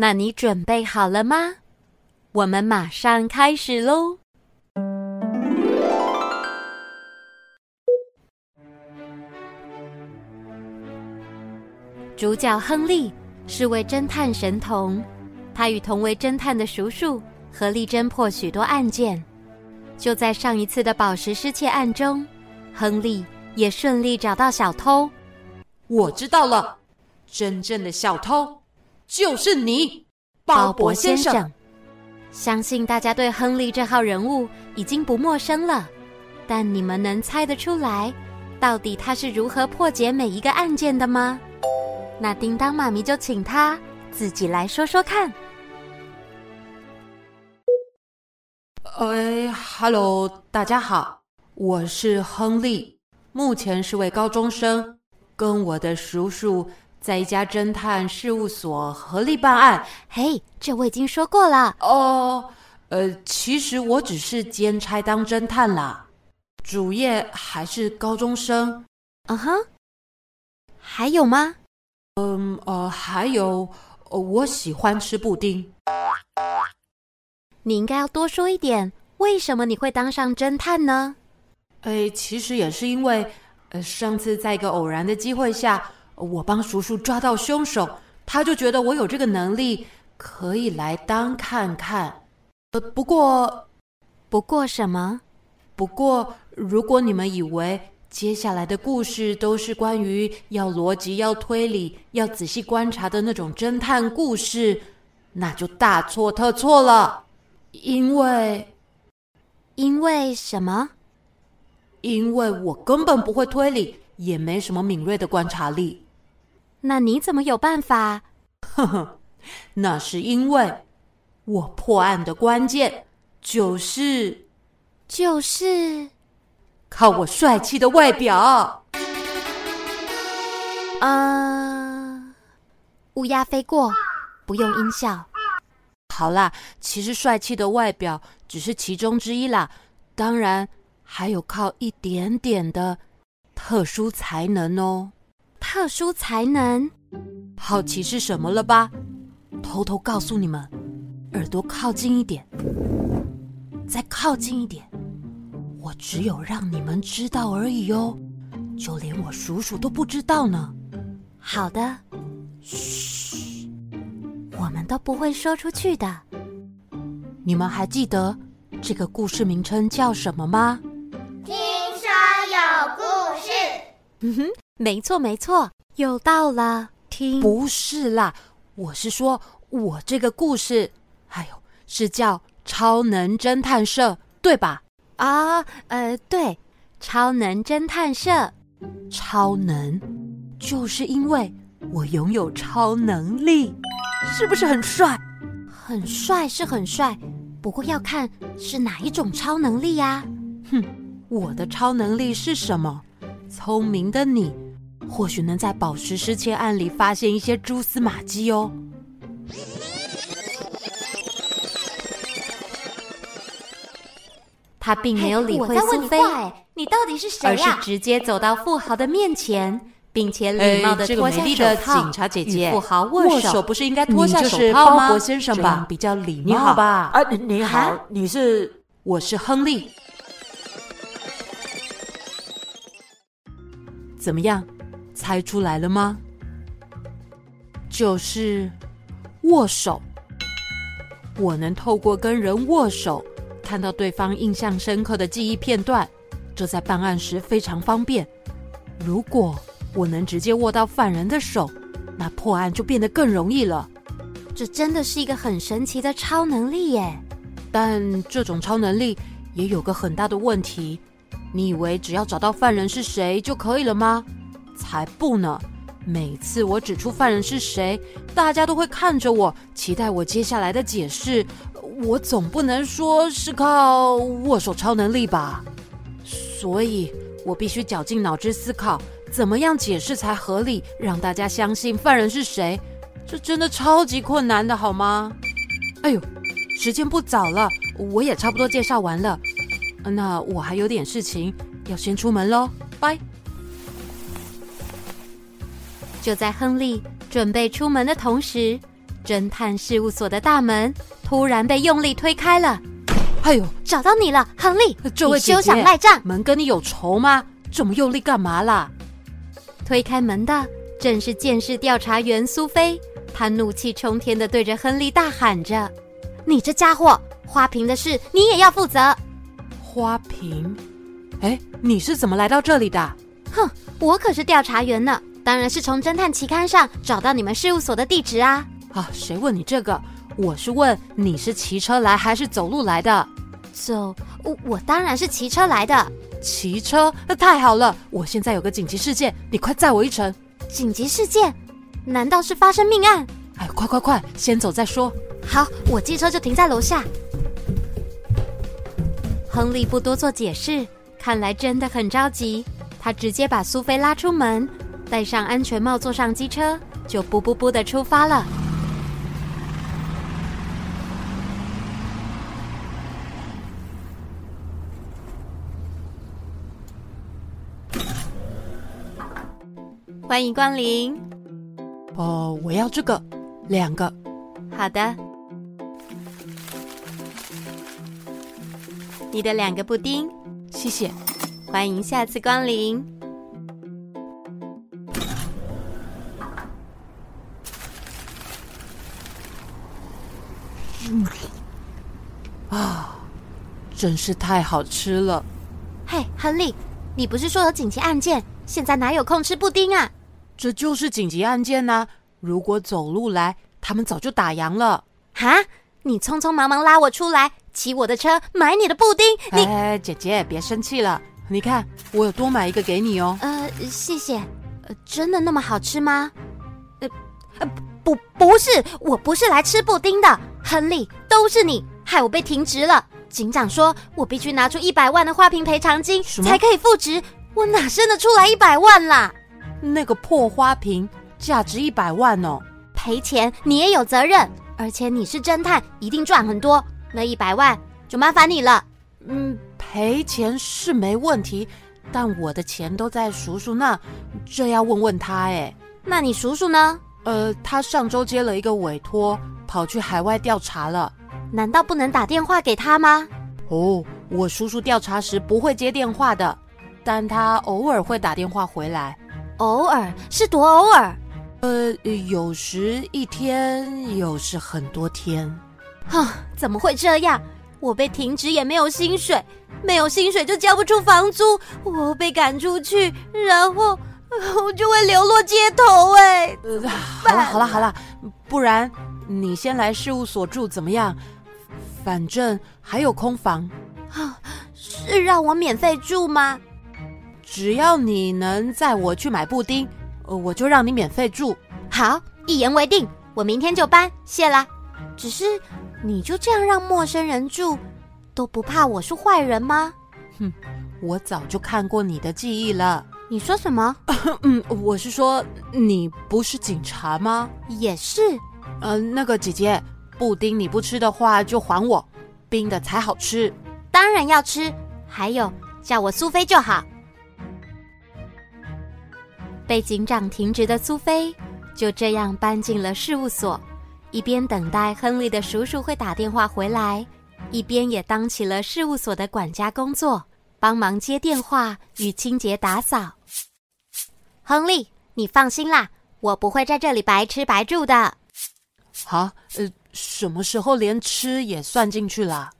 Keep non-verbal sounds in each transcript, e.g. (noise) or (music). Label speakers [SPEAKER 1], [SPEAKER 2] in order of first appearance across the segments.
[SPEAKER 1] 那你准备好了吗？我们马上开始喽！主角亨利是位侦探神童，他与同为侦探的叔叔合力侦破许多案件。就在上一次的宝石失窃案中，亨利也顺利找到小偷。
[SPEAKER 2] 我知道了，真正的小偷就是你，鲍勃先生。
[SPEAKER 1] 生相信大家对亨利这号人物已经不陌生了，但你们能猜得出来，到底他是如何破解每一个案件的吗？那叮当妈咪就请他自己来说说看。
[SPEAKER 2] 哎哈喽，大家好，我是亨利，目前是位高中生，跟我的叔叔在一家侦探事务所合力办案。
[SPEAKER 1] 嘿，这我已经说过了。
[SPEAKER 2] 哦，呃，其实我只是兼差当侦探啦，主业还是高中生。
[SPEAKER 1] 嗯哼，还有吗？
[SPEAKER 2] 嗯呃，还有、呃我喜欢吃布丁。
[SPEAKER 1] 你应该要多说一点，为什么你会当上侦探呢？
[SPEAKER 2] 哎，其实也是因为，呃，上次在一个偶然的机会下，呃我帮叔叔抓到凶手，他就觉得我有这个能力，可以来当看看。呃，不过，
[SPEAKER 1] 不过什么？
[SPEAKER 2] 不过，如果你们以为接下来的故事都是关于要逻辑、要推理、要仔细观察的那种侦探故事，那就大错特错了，因为。
[SPEAKER 1] 因为什么？
[SPEAKER 2] 因为我根本不会推理，也没什么敏锐的观察力。
[SPEAKER 1] 那你怎么有办法？
[SPEAKER 2] 那是因为我破案的关键就是
[SPEAKER 1] 就是，
[SPEAKER 2] 靠我帅气的外表。
[SPEAKER 1] 呃，乌鸦飞过，不用音效。
[SPEAKER 2] 好啦，其实帅气的外表只是其中之一啦，当然还有靠一点点的特殊才能哦。
[SPEAKER 1] 特殊才能，
[SPEAKER 2] 好奇是什么了吧？偷偷告诉你们，耳朵靠近一点，再靠近一点，我只有让你们知道而已哦，就连我叔叔都不知道呢。
[SPEAKER 1] 好的，嘘，我们都不会说出去的。
[SPEAKER 2] 你们还记得这个故事名称叫什么吗？
[SPEAKER 3] 听说有故事，
[SPEAKER 1] 没错，没错，又到了听
[SPEAKER 2] 不是啦，我是说我这个故事，哎呦，是叫《超能侦探社》对吧？
[SPEAKER 1] 啊，呃，对，超能侦探社。
[SPEAKER 2] 超能，就是因为我拥有超能力，是不是很帅？
[SPEAKER 1] 很帅是很帅，不过要看是哪一种超能力呀、
[SPEAKER 2] 我的超能力是什么？聪明的你，或许能在宝石失窃案里发现一些蛛丝马迹哦。
[SPEAKER 1] 他并没有理
[SPEAKER 4] 我
[SPEAKER 1] 会
[SPEAKER 4] 在问
[SPEAKER 1] 苏
[SPEAKER 4] 你
[SPEAKER 1] 菲，
[SPEAKER 4] 话哎，你到底是谁
[SPEAKER 2] 啊
[SPEAKER 1] 而是
[SPEAKER 4] 呀、
[SPEAKER 1] 直接走到富豪的面前，并且礼貌的
[SPEAKER 2] 哎这个
[SPEAKER 1] 脱下
[SPEAKER 2] 美丽
[SPEAKER 1] 手
[SPEAKER 2] 的
[SPEAKER 1] 套，
[SPEAKER 2] 警察姐姐
[SPEAKER 1] 与富豪握
[SPEAKER 2] 握
[SPEAKER 1] 手。
[SPEAKER 2] 手不是应该脱下
[SPEAKER 5] 你就
[SPEAKER 2] 手
[SPEAKER 5] 是
[SPEAKER 2] 套吗？
[SPEAKER 5] 鲍勃先生吧
[SPEAKER 2] 这样比较礼
[SPEAKER 5] 你
[SPEAKER 2] 貌
[SPEAKER 5] 好
[SPEAKER 2] 吧？
[SPEAKER 5] 啊，你你
[SPEAKER 1] 啊
[SPEAKER 5] 好，你是
[SPEAKER 2] 我是亨利。怎么样，猜出来了吗？就是握手。我能透过跟人握手，看到对方印象深刻的记忆片段，这在办案时非常方便。如果我能直接握到犯人的手，那破案就变得更容易了。
[SPEAKER 1] 这真的是一个很神奇的超能力耶！
[SPEAKER 2] 但这种超能力也有个很大的问题，你以为只要找到犯人是谁就可以了吗？才不呢！每次我指出犯人是谁，大家都会看着我，期待我接下来的解释。我总不能说是靠握手超能力吧？所以我必须绞尽脑汁思考，怎么样解释才合理，让大家相信犯人是谁。这真的超级困难的，好吗？哎呦，时间不早了，我也差不多介绍完了。呃那我还有点事情要先出门喽，拜。
[SPEAKER 6] 就在亨利准备出门的同时，侦探事务所的大门突然被用力推开了。
[SPEAKER 2] 哎呦，
[SPEAKER 1] 找到你了，亨利，
[SPEAKER 2] (laughs) 这位
[SPEAKER 1] 你
[SPEAKER 2] 姐
[SPEAKER 1] 休想
[SPEAKER 2] 姐，
[SPEAKER 1] 赖账！
[SPEAKER 2] 门跟你有仇吗？这么用力干嘛啦？
[SPEAKER 6] 推开门的正是监视调查员苏菲，她怒气冲天的对着亨利大喊着
[SPEAKER 1] 你这家伙，花瓶的事你也要负责。
[SPEAKER 2] 花瓶，哎，你是怎么来到这里的？
[SPEAKER 1] 哼，我可是调查员呢，当然是从侦探期刊上找到你们事务所的地址啊。
[SPEAKER 2] 啊，谁问你这个？我是问你是骑车来还是走路来的？
[SPEAKER 1] 走、我我当然是骑车来的。
[SPEAKER 2] 骑车？那太好了，我现在有个紧急事件，你快载我一程。
[SPEAKER 1] 紧急事件，难道是发生命案？
[SPEAKER 2] 哎，快快快，先走再说。
[SPEAKER 1] 好，我机车就停在楼下。：“
[SPEAKER 6] 亨利不多做解释，看来真的很着急。他直接把苏菲拉出门，戴上安全帽，坐上机车，就不不不的出发了。欢迎光临。
[SPEAKER 2] 哦，我要这个，两个。
[SPEAKER 6] 好的。你的两个布丁，
[SPEAKER 2] 谢谢。
[SPEAKER 6] 欢迎下次光临。
[SPEAKER 2] 真是太好吃了。
[SPEAKER 1] 嘿，亨利，你不是说有紧急案件？现在哪有空吃布丁啊？
[SPEAKER 2] 这就是紧急案件呐、如果走路来，他们早就打烊了。
[SPEAKER 1] 哈，你匆匆忙忙拉我出来，骑我的车买你的布丁，
[SPEAKER 6] 啊
[SPEAKER 1] 你
[SPEAKER 2] 哎，姐姐别生气了，你看我有多买一个给你哦。
[SPEAKER 1] 呃，谢谢。呃，真的那么好吃吗？呃，呃，不，不是，我不是来吃布丁的，亨利，都是你害我被停职了。警长说，我必须拿出一百万的花瓶赔偿金
[SPEAKER 2] 什么
[SPEAKER 1] 才可以复职，我哪生得出来一百万啦？
[SPEAKER 2] 那个破花瓶价值一百万哦。
[SPEAKER 1] 赔钱你也有责任，而且你是侦探，一定赚很多。那一百万就麻烦你了。
[SPEAKER 2] 嗯，赔钱是没问题，但我的钱都在叔叔那，这要问问他哎。
[SPEAKER 1] 那你叔叔呢？
[SPEAKER 2] 呃，他上周接了一个委托，跑去海外调查了。
[SPEAKER 1] 难道不能打电话给他吗？
[SPEAKER 2] 哦，我叔叔调查时不会接电话的，但他偶尔会打电话回来。
[SPEAKER 1] 偶尔是多偶尔。
[SPEAKER 2] 呃，有时一天，有时很多天。
[SPEAKER 1] 啊，怎么会这样？我被停职也没有薪水，没有薪水就交不出房租，我被赶出去，然后 (laughs) 呃我就会流落街头、哎，
[SPEAKER 2] 呃，好了好了好了，不然你先来事务所住怎么样？反正还有空房，
[SPEAKER 1] 是让我免费住吗？
[SPEAKER 2] 只要你能载我去买布丁，呃，我就让你免费住。
[SPEAKER 1] 好，一言为定，我明天就搬，谢啦。只是你就这样让陌生人住，都不怕我是坏人吗？
[SPEAKER 2] 我早就看过你的记忆了。
[SPEAKER 1] 你说什么？
[SPEAKER 2] 嗯，我是说，你不是警察吗？
[SPEAKER 1] 也是，
[SPEAKER 2] 呃，那个姐姐，布丁你不吃的话就还我，冰的才好吃。
[SPEAKER 1] 当然要吃。还有，叫我苏菲就好。
[SPEAKER 6] 被警长停职的苏菲就这样搬进了事务所，一边等待亨利的叔叔会打电话回来，一边也当起了事务所的管家工作，帮忙接电话与清洁打扫。
[SPEAKER 1] 亨利，你放心啦，我不会在这里白吃白住的。
[SPEAKER 2] 啊，呃，什么时候连吃也算进去了？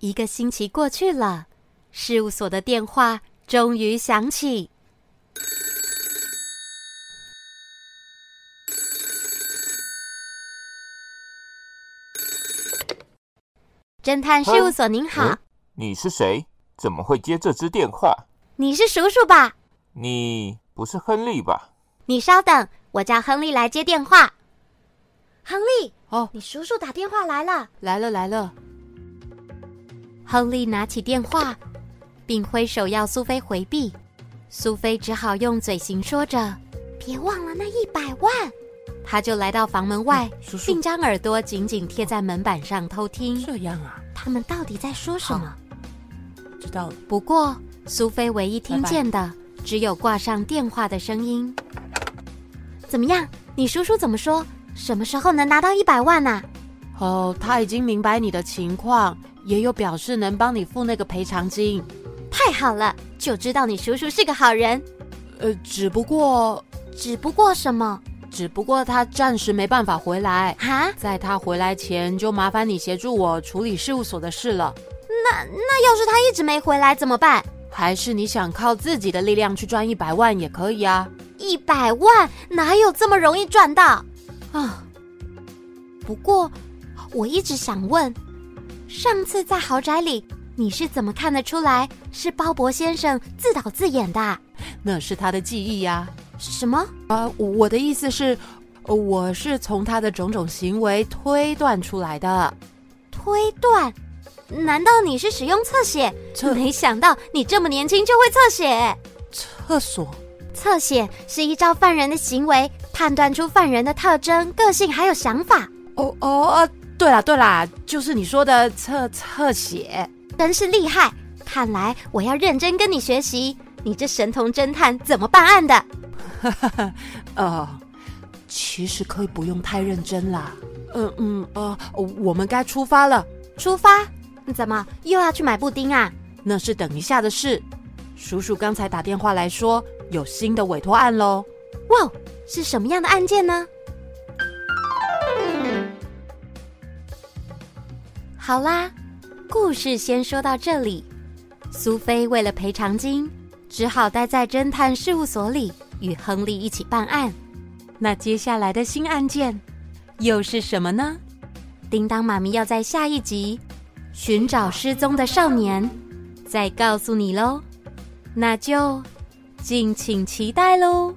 [SPEAKER 6] 一个星期过去了，事务所的电话终于响起。
[SPEAKER 1] 侦探事务所，
[SPEAKER 5] 哎
[SPEAKER 1] 您好，
[SPEAKER 5] 你是谁？怎么会接这支电话？
[SPEAKER 1] 你是叔叔吧？
[SPEAKER 5] 你不是亨利吧？
[SPEAKER 1] 你稍等，我叫亨利来接电话。亨利，
[SPEAKER 2] 哦，
[SPEAKER 1] 你叔叔打电话来了。
[SPEAKER 2] 来了来了，
[SPEAKER 7] 亨利拿起电话，并挥手要苏菲回避。苏菲只好用嘴型说着，
[SPEAKER 1] 别忘了那一百万。
[SPEAKER 7] 她就来到房门外，
[SPEAKER 2] 叔叔
[SPEAKER 7] 并将耳朵紧紧贴在门板上偷听。
[SPEAKER 2] 这样啊，
[SPEAKER 1] 他们到底在说什么？
[SPEAKER 2] 知道了。
[SPEAKER 7] 不过，苏菲唯一听见的只有挂上电话的声音。
[SPEAKER 1] 怎么样？你叔叔怎么说？什么时候能拿到一百万啊？
[SPEAKER 2] 哦，他已经明白你的情况，也有表示能帮你付那个赔偿金。
[SPEAKER 1] 太好了，就知道你叔叔是个好人。
[SPEAKER 2] 呃，只不过，
[SPEAKER 1] 只不过什么
[SPEAKER 2] 只不过他暂时没办法回来，
[SPEAKER 1] 啊？
[SPEAKER 2] 在他回来前就麻烦你协助我处理事务所的事了。
[SPEAKER 1] 那要是他一直没回来怎么办？
[SPEAKER 2] 还是你想靠自己的力量去赚一百万也可以啊。
[SPEAKER 1] 一百万哪有这么容易赚到啊？不过我一直想问，上次在豪宅里，你是怎么看得出来是鲍勃先生自导自演的啊？
[SPEAKER 2] 那是他的记忆呀、
[SPEAKER 1] 什么？
[SPEAKER 2] 啊。我的意思是，呃我是从他的种种行为推断出来的。
[SPEAKER 1] 推断？难道你是使用侧写？
[SPEAKER 2] 侧
[SPEAKER 1] 没想到你这么年轻就会侧写。
[SPEAKER 2] 厕所
[SPEAKER 1] 侧写是依照犯人的行为判断出犯人的特征、个性还有想法，
[SPEAKER 2] 哦哦啊！对啦对啦，就是你说的侧侧写。
[SPEAKER 1] 真是厉害！看来我要认真跟你学习，你这神童侦探怎么办案的？
[SPEAKER 2] 呃，其实可以不用太认真啦。嗯嗯呃，我们该出发了，
[SPEAKER 1] 出发？你怎么又要去买布丁啊？
[SPEAKER 2] 那是等一下的事。叔叔刚才打电话来说有新的委托案喽。
[SPEAKER 1] 哇哦，是什么样的案件呢？
[SPEAKER 7] 好啦，故事先说到这里。苏菲为了赔偿金，只好待在侦探事务所里与亨利一起办案。那接下来的新案件又是什么呢？叮当妈咪要在下一集寻找失踪的少年，再告诉你喽。那就敬请期待喽。